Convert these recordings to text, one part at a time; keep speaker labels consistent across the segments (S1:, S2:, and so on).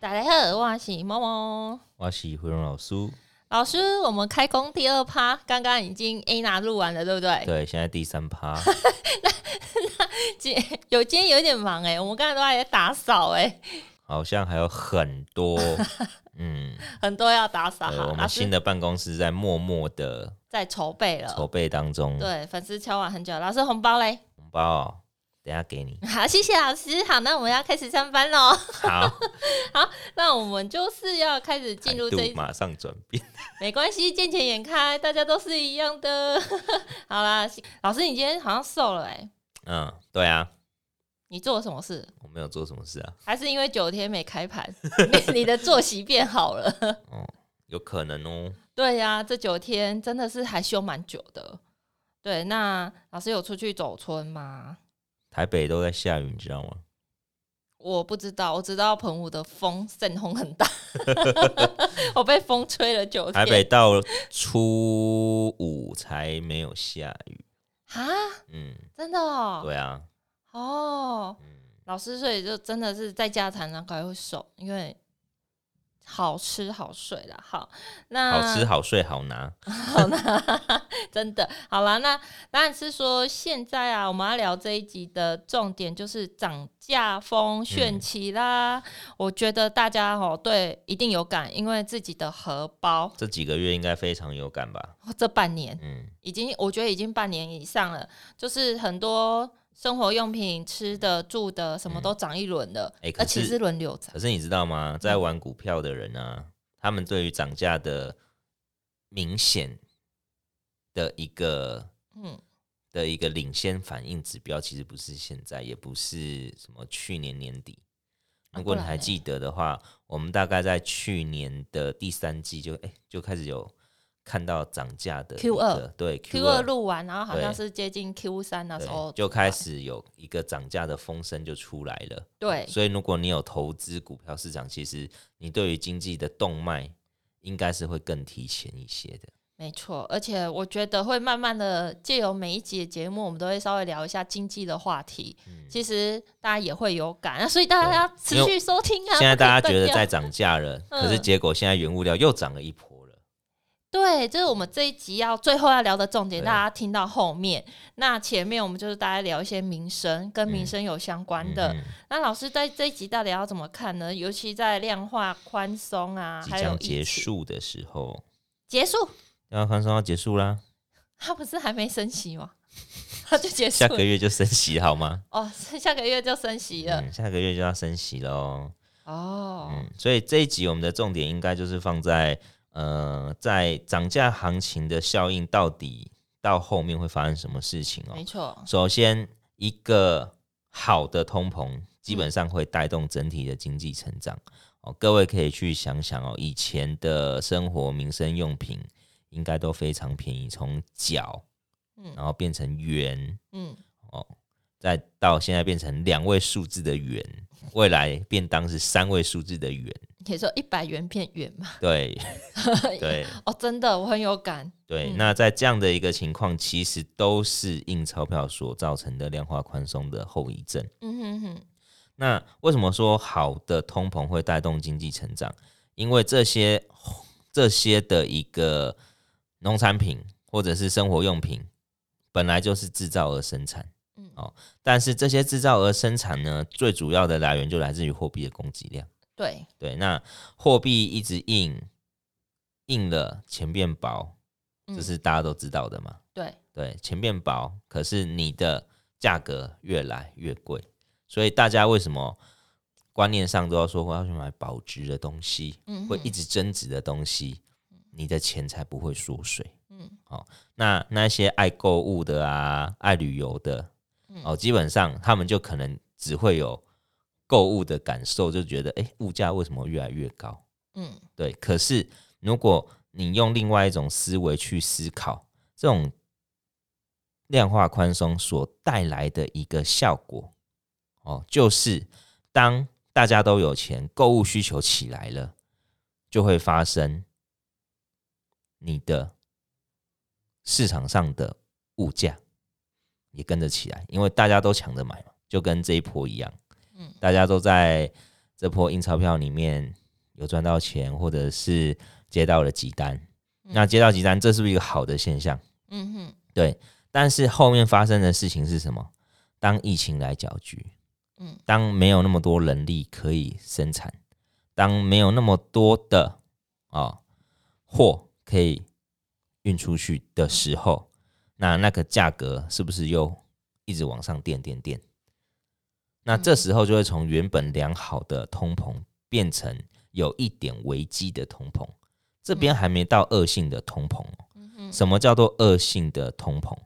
S1: 大家好，我是猫猫
S2: 我是回荣老师。
S1: 老师。我们开工第二趴，刚刚已经 A 拿录完了，对不对？
S2: 对，现在第三趴，
S1: 今有今天有点忙哎、我们刚才都还在打扫哎、
S2: 好像还有很多，嗯，
S1: 很多要打扫
S2: 对，我
S1: 哈。
S2: 们
S1: 老
S2: 新
S1: 师
S2: 的办公室在默默的
S1: 在筹备了，
S2: 筹备当中。
S1: 对，粉丝敲碗很久。老师红包嘞？
S2: 红包哦、等一下给你。
S1: 好，谢谢老师。好，那我们要开始上班喽。
S2: 好，
S1: 那我们就是要开始进入
S2: 态度
S1: 这一
S2: 马上转变。
S1: 没关系，见钱眼开，大家都是一样的。 好啦，老师，你今天好像瘦了哎、
S2: 嗯，对啊，
S1: 你做了什么事？
S2: 我没有做什么事啊，
S1: 还是因为九天没开盘， 你你的作息变好了？
S2: 有可能哦。
S1: 对呀、这九天真的是还休蛮久的。对，那老师有出去走村吗？
S2: 台北都在下雨，你知道吗？
S1: 我不知道，我知道澎湖的风阵风很大， 我被风吹了九
S2: 台北
S1: 天
S2: 到初五才没有下雨。
S1: 啊，
S2: 嗯，
S1: 真的哦，
S2: 对啊，
S1: 哦，
S2: 嗯，
S1: 老师，所以就真的是在家常常才会瘦，因为好吃好睡啦。好，那
S2: 好吃好睡好拿。
S1: 好啦，哦 真的好啦。那当然是说现在啊，我们要聊这一集的重点就是涨价
S2: 嗯
S1: 风炫起啦。我觉得大家哦，对一定有感，因为自己的荷包
S2: 这几个月应该非常有感吧？
S1: 这半年
S2: 嗯，
S1: 已经，我觉得已经半年以上了，就是很多生活用品、吃的、住的，什么都涨一轮了，
S2: 嗯哎可
S1: 而且
S2: 是
S1: 是轮流涨。
S2: 可是你知道吗？
S1: 嗯
S2: 在玩股票的人啊，他们对于涨价的明显的一个
S1: 嗯，
S2: 的一个领先反应指标，其实不是现在，也不是什么去年年底。
S1: 啊
S2: 如
S1: 不
S2: 果你
S1: 然
S2: 还
S1: 呢
S2: 记得的话，我们大概在去年的第三季就哎、就开始有看到涨价的
S1: Q
S2: 一
S1: 二
S2: 个对
S1: Q 二
S2: 二
S1: 录完，然后好像
S2: 对
S1: 是接近 Q 三那时候
S2: 对就开始有一个涨价的风声就出来了。
S1: 对
S2: 所以如果你有投资股票市场，其实你对于经济的动脉应该是会更提前一些的。
S1: 没错，而且我觉得会慢慢的借由每一集的节目，我们都会稍微聊一下经济的话题。
S2: 嗯，
S1: 其实大家也会有感，啊、所以大家要持
S2: 因为
S1: 续收听啊。
S2: 现
S1: 不可
S2: 在
S1: 以
S2: 大家觉得
S1: 断掉
S2: 在涨价了，
S1: 嗯
S2: 可是结果现在原物料又涨了一波了。
S1: 对，这是我们这一集要最后要聊的重点，
S2: 对
S1: 大家听到后面。那前面我们就是大家聊一些民生跟民
S2: 嗯
S1: 生有相关的。
S2: 嗯
S1: 那老师在这一集到底要怎么看呢？尤其在量化宽松啊，
S2: 即
S1: 还有
S2: 将
S1: 疫
S2: 结
S1: 情
S2: 束的时候，
S1: 结束，
S2: 要宽松要结束啦，
S1: 他不是还没升息吗？ 他就结束
S2: 下
S1: 了
S2: 个月就升息好吗？
S1: 哦，是下个月就升息了。
S2: 嗯，下个月就要升息喽。
S1: 哦，
S2: 嗯，所以这一集我们的重点应该就是放在呃，在涨价行情的效应到底到后面会发生什么事情哦
S1: 没。错，
S2: 首先，一个好的通
S1: 嗯
S2: 膨基本上会带动整体的经济成长。哦，各位可以去想想哦，以前的生活民生用品应该都非常便宜，从角，
S1: 嗯
S2: 然后变成元，
S1: 嗯，
S2: 哦，再到现在变成两位数字的元，未来便当是三位数字的元。
S1: 也说一百元变元嘛，
S2: 对 对
S1: 哦，真的，我很有感，
S2: 对，
S1: 嗯
S2: 那在这样的一个情况，其实都是印钞票所造成的量化宽松的后遗症。
S1: 嗯哼哼，
S2: 那为什么说好的通膨会带动经济成长？因为这些这些的一个农产品或者是生活用品，本来就是制造而生产，
S1: 嗯
S2: 哦，但是这些制造而生产呢，最主要的来源就来自于货币的供给量。
S1: 对，
S2: 对，那货币一直印，印了钱变薄，
S1: 嗯
S2: 这是大家都知道的嘛。
S1: 对，
S2: 对，钱变薄，可是你的价格越来越贵，所以大家为什么观念上都要说我要去买保值的东西，
S1: 嗯哼，
S2: 会一直增值的东西，你的钱才不会缩水。
S1: 嗯
S2: 那那些爱购物的啊，爱旅游的
S1: 嗯，
S2: 哦，基本上他们就可能只会有购物的感受，就觉得诶，物价为什么越来越高？
S1: 嗯，
S2: 对，可是如果你用另外一种思维去思考，这种量化宽松所带来的一个效果，哦，就是当大家都有钱，购物需求起来了，就会发生你的市场上的物价也跟着起来，因为大家都抢着买嘛，就跟这一波一样，
S1: 嗯
S2: 大家都在这波印钞票里面有赚到钱，或者是接到了几单。那接到几单，这是不是一个好的现象？
S1: 嗯哼，
S2: 对，但是后面发生的事情是什么？当疫情来搅局，
S1: 嗯
S2: 嗯，当没有那么多人力可以生产，当没有那么多的啊、哦货可以运出去的时候，那那个价格是不是又一直往上垫垫垫？那这时候就会从原本良好的通膨变成有一点危机的通膨，这边还没到恶性的通膨哦、
S1: 嗯哼，
S2: 什么叫做恶性的通膨？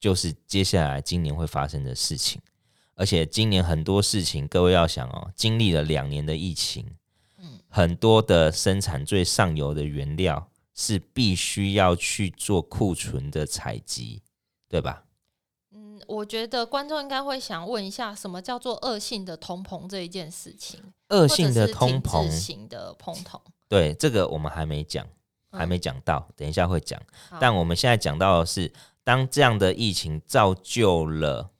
S2: 就是接下来今年会发生的事情，而且今年很多事情，各位要想哦，经历了两年的疫情，
S1: 嗯
S2: 很多的生产最上游的原料是必须要去做库存的采集，对吧？
S1: 嗯，我觉得观众应该会想问一下，什么叫做恶性的通膨这一件事情？
S2: 恶
S1: 恶
S2: 性的通膨，
S1: 型的通膨，
S2: 对这个我们还没讲，还没讲到，等一下会讲
S1: 好。
S2: 但我们现在讲到的是，当这样的疫情造就了，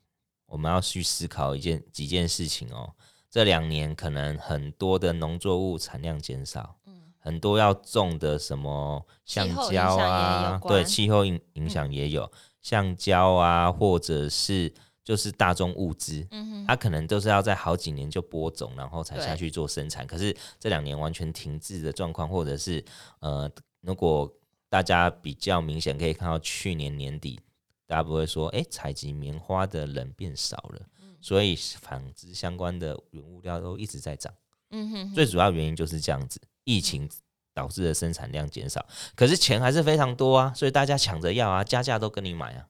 S2: 我们要去思考一件几件事情哦。这两年可能很多的农作物产量减少，
S1: 嗯
S2: 很多要种的什么橡
S1: 气候影
S2: 胶
S1: 响也
S2: 啊
S1: 有，关嗯
S2: 对，气候影影响也有、橡胶啊，或者是就是大宗物资，
S1: 嗯哼，
S2: 它可能都是要在好几年就播种，然后才
S1: 对
S2: 下去做生产。可是这两年完全停滞的状况，或者是呃，如果大家比较明显可以看到，去年年底大家不会说，哎、采集棉花的人变少了，
S1: 嗯
S2: 所以纺织相关的原物料都一直在涨。
S1: 嗯哼，
S2: 最主要原因就是这样子，疫情导致的生产量减少，可是钱还是非常多啊，所以大家抢着要啊，加价都跟你买啊。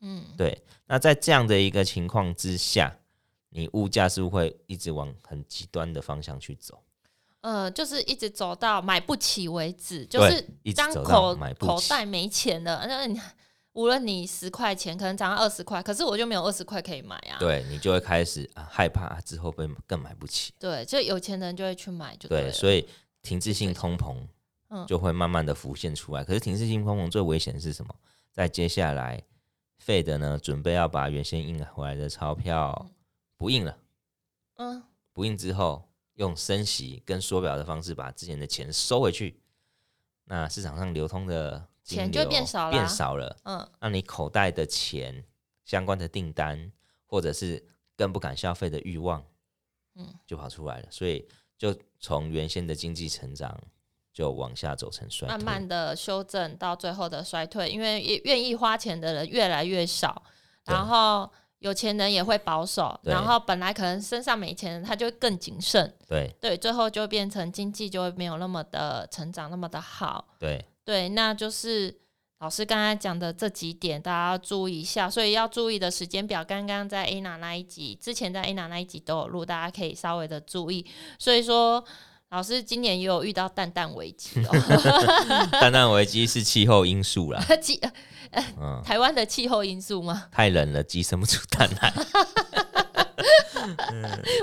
S1: 嗯
S2: 对，那在这样的一个情况之下，你物价是不是会一直往很极端的方向去走？
S1: 呃，就是一直走到买不起为止，就
S2: 对
S1: 是
S2: 一直
S1: 当
S2: 走
S1: 口
S2: 到买不
S1: 口
S2: 起。
S1: 袋没钱了，那你无论你十块钱可能涨到二十块，可是我就没有二十块可以买啊。
S2: 对你就会开始、啊、害怕、啊之后被更买不起，
S1: 对，就有钱人就会去买就
S2: 对，
S1: 了。
S2: 所以停滞性通膨
S1: 嗯
S2: 就会慢慢的浮现出来。可是停滞性通膨最危险的是什么？在接下来，费的呢准备要把原先印回来的钞票不印了，
S1: 嗯，
S2: 不印之后，用升息跟缩表的方式把之前的钱收回去，那市场上流通的金
S1: 钱
S2: 流
S1: 就变少啦
S2: 变少了。
S1: 嗯
S2: 那你口袋的钱、相关的订单，或者是更不敢消费的欲望，
S1: 嗯，
S2: 就跑出来了。所以就从原先的经济成长就往下走成衰退。
S1: 慢慢的修正到最后的衰退，因为也愿意花钱的人越来越少，
S2: 对
S1: 然后有钱人也会保守，
S2: 对
S1: 然后本来可能身上没钱，他就会更谨慎，
S2: 对
S1: 对，最后就变成经济就会没有那么的成长那么的好，
S2: 对
S1: 对，那就是老师刚才讲的这几点，大家要注意一下。所以要注意的时间表，刚刚在 Anna 那一集之前，在 Anna 那一集都有录，大家可以稍微的注意。所以说，老师今年也有遇到蛋蛋危机哦，
S2: 蛋蛋危机是气候因素啦，
S1: 气
S2: 嗯，
S1: 台湾的气候因素吗？
S2: 太冷了，鸡生不出蛋来。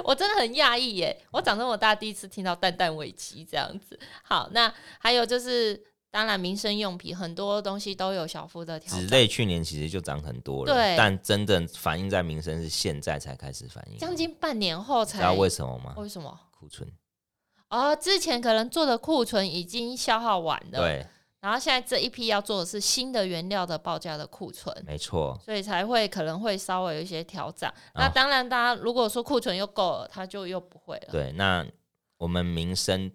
S1: 我真的很讶异耶！我长这么大第一次听到蛋蛋危机这样子。好，那还有就是，当然民生用品很多东西都有小幅的调
S2: 纸
S1: 整，
S2: 类去年其实就涨很多了，
S1: 对
S2: 但真正反映在民生是现在才开始反映。
S1: 将近半年后
S2: 知
S1: 才
S2: 道为什么吗？
S1: 为什么？
S2: 库存
S1: 哦，之前可能做的库存已经消耗完了，。
S2: 对，
S1: 然后现在这一批要做的是新的原料的报价的库存，
S2: 没错，
S1: 所以才会可能会稍微有一些调整。
S2: 啊
S1: 那当然，大家如果说库存又够了，它就又不会了。
S2: 对。那我们民生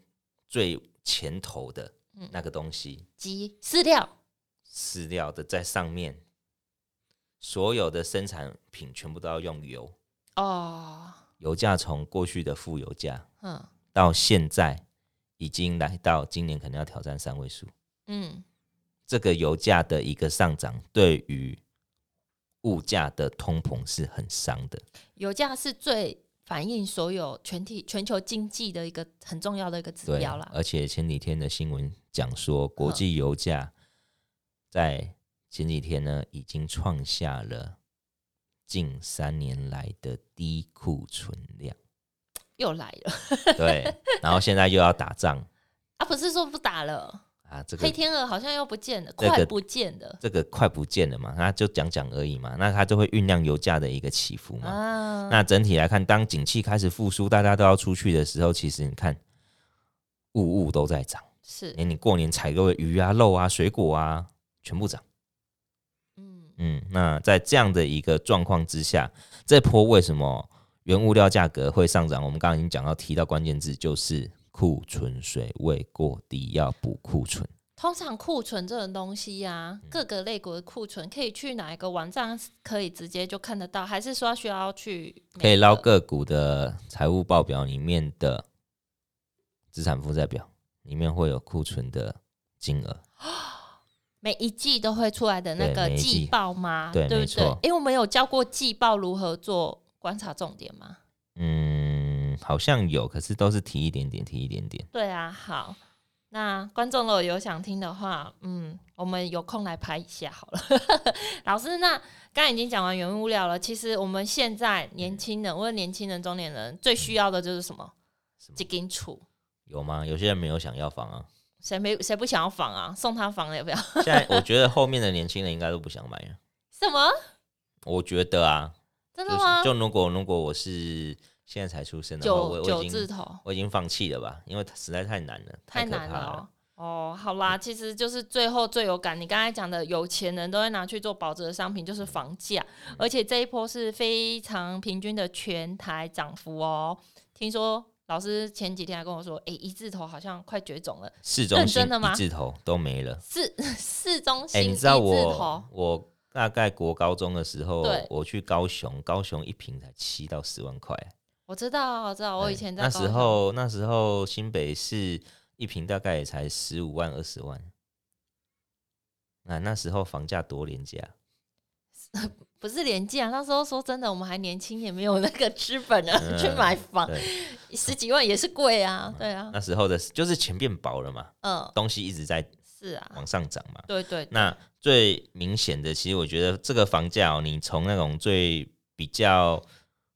S2: 最前头的
S1: 嗯
S2: 那个东西，
S1: 鸡饲料，
S2: 饲料的在上面，所有的生产品全部都要用油，
S1: 哦，
S2: 油价从过去的负油价
S1: 嗯
S2: 到现在，已经来到今年可能要挑战三位数。
S1: 嗯
S2: 这个油价的一个上涨，对于物价的通膨是很伤的。
S1: 油价是最反映所有全体全球经济的一个很重要的一个指
S2: 对啊呃
S1: 标，啦。
S2: 而且前几天的新闻讲说，国
S1: 嗯
S2: 际油价在前几天呢已经创下了近三年来的低库存量。
S1: 又来了
S2: 对，然后现在又要打仗
S1: 啊！不是说不打了，
S2: 啊，这
S1: 黑
S2: 个
S1: 天鹅好像又不见了，
S2: 这个
S1: 快不见了
S2: 这个快不见了嘛，那就讲讲而已嘛，那它就会酝酿油价的一个起伏嘛。
S1: 啊！
S2: 嗯那整体来看，当景气开始复苏，大家都要出去的时候，其实你看，物物都在涨，
S1: 是，
S2: 连你过年采购的鱼啊、肉啊、水果啊，全部涨。
S1: 嗯，
S2: 嗯，那在这样的一个状况之下，这波为什么原物料价格会上涨？我们刚刚已经讲到，提到关键字就是库存水位过低，要补库存。
S1: 通常库存这种东西呀、
S2: 嗯
S1: 各个类股的库存可以去哪一个网站可以直接就看得到，还是说需要去每
S2: 可以捞
S1: 个
S2: 个股的财务报表里面的资产负债表里面会有库存的金额，
S1: 每一季都会出来的那
S2: 对
S1: 个
S2: 每一季
S1: 季报吗？
S2: 对
S1: 不
S2: 没
S1: 对？
S2: 错
S1: 因为我们有教过季报如何做观察重点吗？
S2: 嗯，好像有，可是都是提一点点，提一点点。
S1: 对啊，好。那观众如果有想听的话，嗯，我们有空来拍一下好了。 老师，那刚才已经讲完原物料了，其实我们现在
S2: 嗯
S1: 年轻人或者年轻人、中年人最需要的就是什么？
S2: 什么
S1: 几根杵？
S2: 有吗？有些人没有想要房啊。
S1: 谁没谁不想要房啊？送他房要不要？
S2: 现在我觉得后面的年轻人应该都不想买了。
S1: 什么？
S2: 我觉得啊，
S1: 真的
S2: 就
S1: 吗
S2: 是？就如果如果我是现在才出生的话，我
S1: 九
S2: 我
S1: 九
S2: 已
S1: 字
S2: 经
S1: 头，
S2: 我已经放弃了吧，因为它实在太难了，
S1: 太
S2: 可
S1: 难
S2: 怕
S1: 了哦。哦，好啦，其实就是最后最有感，你刚才讲的，有钱人都会拿去做保值的商品，
S2: 嗯
S1: 就是房价，而且这一波是非常平均的全台涨幅哦。听说老师前几天还跟我说，诶，一字头好像快绝种了，
S2: 市中
S1: 认
S2: 心
S1: 真的吗
S2: 一字头都没了。
S1: 市市中
S2: 哎、
S1: 心一
S2: 你
S1: 字
S2: 知道
S1: 头
S2: 我，我大概国高中的时候
S1: 对，
S2: 我去高雄，高雄一瓶才七到十万块。
S1: 我知道，我知道，我
S2: 哎
S1: 哦以前在
S2: 那
S1: 高
S2: 时
S1: 雄
S2: 候那时候新北市一瓶大概也才十五万二十万。啊那那时候房价多廉价，
S1: 不是廉价，那时候说真的，我们还年轻，也没有那 个资本啊、
S2: 嗯
S1: 去买房，
S2: 对，嗯
S1: 十几万也是贵啊，对啊，
S2: 那时候的就是钱变薄了嘛，
S1: 嗯，
S2: 东西一直在
S1: 是啊，
S2: 往上涨嘛。
S1: 对对对
S2: 那最明显的，其实我觉得这个房价哦，你从那种最比较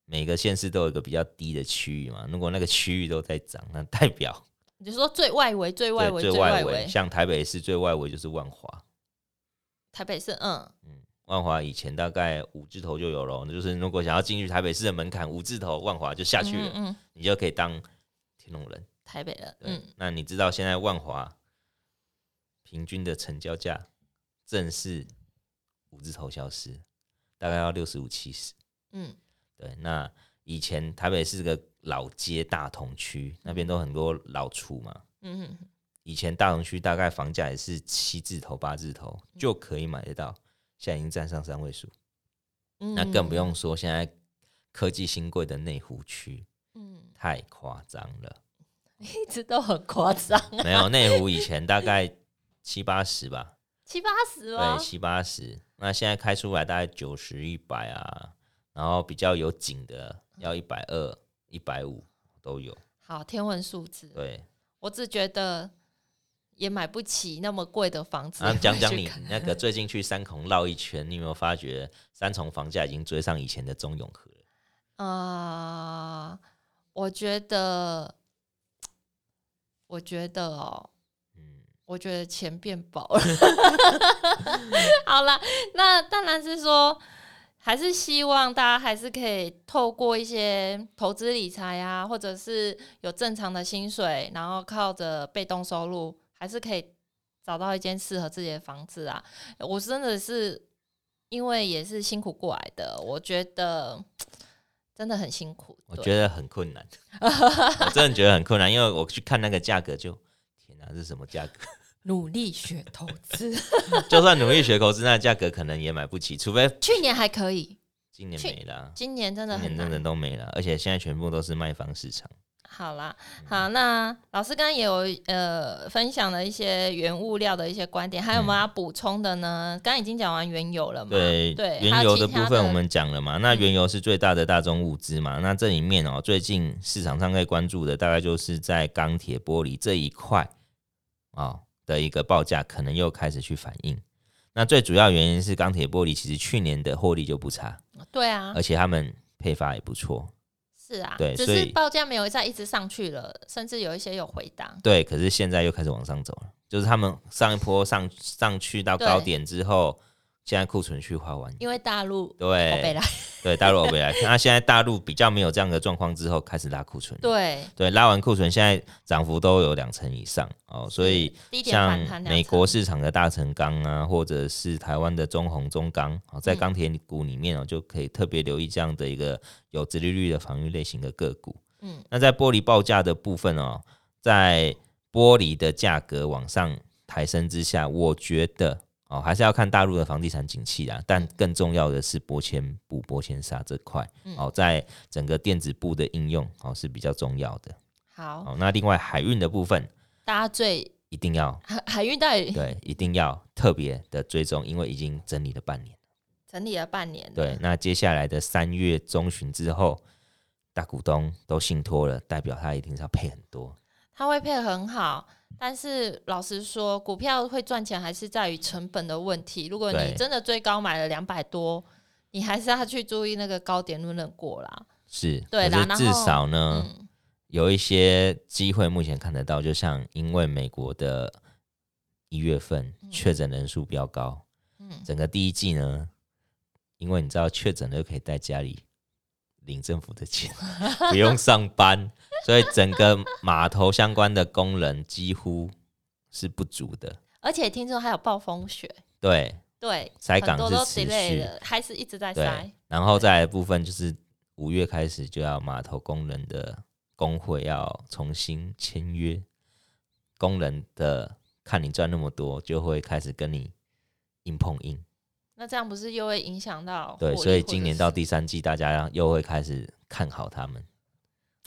S2: 每个县市都有一个比较低的区域嘛，如果那个区域都在涨，那代表
S1: 你说最外围、最外围、
S2: 对
S1: 最
S2: 最外
S1: 围
S2: 围，，像台北市最外围就是万华，
S1: 台北市，嗯，
S2: 嗯，万华以前大概五字头就有了，哦就是如果想要进去台北市的门槛五字头，万华就下去了，
S1: 嗯嗯，嗯
S2: 你就可以当天龙人。
S1: 台北人，
S2: 对，
S1: 嗯，
S2: 那你知道现在万华平均的成交价正是五字头消失，大概要六十五七十。
S1: 嗯，
S2: 对，那以前台北是个老街大同区，那边都很多老厝嘛。
S1: 嗯嗯，
S2: 以前大同区大概房价也是七字头、八字头就可以买得到，现在已经站上三位数。
S1: 嗯
S2: 那更不，用说现在科技新贵的内湖区
S1: 嗯，
S2: 太夸张了。
S1: 一直都很夸张，
S2: 没有内湖以前大概七八十 吧，
S1: 七八十哦
S2: 对，
S1: 吗？
S2: 七八十。那现在开出来大概九十、一百啊，然后比较有景的要一百二、一百五都有。
S1: 好，天文数字，
S2: 对，
S1: 我只觉得也买不起那么贵的房子
S2: 然后。啊讲讲
S1: 去
S2: 你
S1: 看
S2: 那个最近去三重绕一圈，你有没有发觉三重房价已经追上以前的中永和了？
S1: 啊、我觉得，我觉得哦，
S2: 嗯，
S1: 我觉得钱变薄了。 好了，那当然是说，还是希望大家还是可以透过一些投资理财啊，或者是有正常的薪水，然后靠着被动收入，还是可以找到一间适合自己的房子啊。我真的是因为也是辛苦过来的，我觉得真的很辛苦。
S2: 我
S1: 对
S2: 觉得很困难， 我真的觉得很困难，因为我去看那个价格就，天哪、这是什么价格？
S1: 努力学投资，
S2: 就算努力学投资，那价格可能也买不起，除非
S1: 去年还可以，
S2: 今年
S1: 去
S2: 没了啊。
S1: 今年真的
S2: 今
S1: 很
S2: 年
S1: 难
S2: 真。的都没了，而且现在全部都是卖方市场。
S1: 好啦，
S2: 嗯
S1: 好，那老师刚刚也有呃分享了一些原物料的一些观点，还有没有要补充的呢？刚刚已经讲完原油了嘛？
S2: 嗯对，
S1: 对，
S2: 原
S1: 还有
S2: 油
S1: 其
S2: 的
S1: 他嗯
S2: 部分我们讲了嘛，那原油是最大的大宗物资嘛，那这里面哦，最近市场上在关注的大概就是在钢铁、玻璃这一块哦的一个报价，可能又开始去反应。那最主要原因是钢铁、玻璃其实去年的获利就不差，
S1: 对啊，
S2: 而且他们配发也不错。
S1: 是啊，
S2: 呃对
S1: 只
S2: 所
S1: 是
S2: 以
S1: 报价没有再一直上去了，甚至有一些有回档。
S2: 对，可是现在又开始往上走了。就是他们上一波上上去到
S1: 对
S2: 高点之后，现在库存去化完，
S1: 因为大陆欧北
S2: 对
S1: 来，
S2: 对，大陆欧北来，那现在大陆比较没有这样的状况之后，开始拉库存，
S1: 对，
S2: 对，拉完库存，现在涨幅都有两成以上哦，所以
S1: 低点
S2: 像
S1: 反弹两
S2: 美
S1: 成
S2: 国市场的大成钢啊，或者是台湾的中红、中钢，哦，
S1: 嗯
S2: 在钢铁股里面哦，就可以特别留意这样的一个有直利率的防御类型的个股。
S1: 嗯，
S2: 那在玻璃报价的部分哦，在玻璃的价格往上抬升之下，我觉得哦，还是要看大陆的房地产景气啦。但更重要的是玻纤布、玻纤纱这块
S1: 嗯
S2: 哦，在整个电子布的应用哦是比较重要的。
S1: 好，
S2: 哦，那另外海运的部分
S1: 大家最
S2: 一定要
S1: 海海运到底
S2: 对，一定要特别的追踪，因为已经整理了半年。
S1: 整理了半年，
S2: 对，，那接下来的三月中旬之后，大股东都信托了，代表他一定是要配很多。
S1: 它会配很好，但是老实说，股票会赚钱还是在于成本的问题。如果你
S2: 对
S1: 真的最高买了两百多，你还是要去注意那个高点论认过啦。
S2: 是，
S1: 对
S2: 可
S1: 啦
S2: 是
S1: 然
S2: 至
S1: 后
S2: 少呢，
S1: 嗯，
S2: 有一些机会目前看得到，就像因为美国的一月份确诊人数飙高，
S1: 嗯
S2: 整个第一季呢，因为你知道确诊了就可以在家里领政府 的钱，不用上班，所以整个码头相关的工人几乎是不足的。
S1: 而且听说还有暴风雪，
S2: 对，
S1: 对，
S2: 塞
S1: 很
S2: 港
S1: 多
S2: 是
S1: 都
S2: 持
S1: delay
S2: 续，
S1: 了，还是一直在塞
S2: 对。，然后再来部分就是五月开始就要码头工人的工会要重新签约，工人的看你赚那么多，就会开始跟你硬碰硬。
S1: 那这样不是又会影响到
S2: 对，
S1: 获利
S2: 所以
S1: 或者
S2: 今年
S1: 是
S2: 到第三季，大家又会开始看好他们。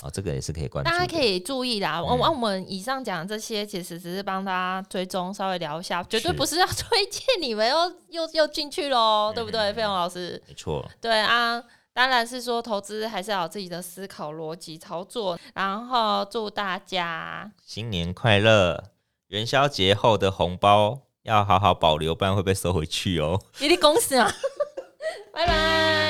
S2: 哦，这个也是可以关注
S1: 大
S2: 的。
S1: 家可以注意啦。我、啊
S2: 嗯
S1: 我我们以上讲的这些，其实只是帮大家追踪，稍微聊一下，绝对
S2: 是
S1: 不是要 推荐你们又又又进去喽，对不对，
S2: 嗯
S1: 费勇老师？
S2: 没错，
S1: 对啊，当然是说投资还是要有自己的思考逻辑操作。然后祝大家
S2: 新年快乐！元宵节后的红包要好好保留，不然会被收回去哦。
S1: 一力公司啊，拜拜。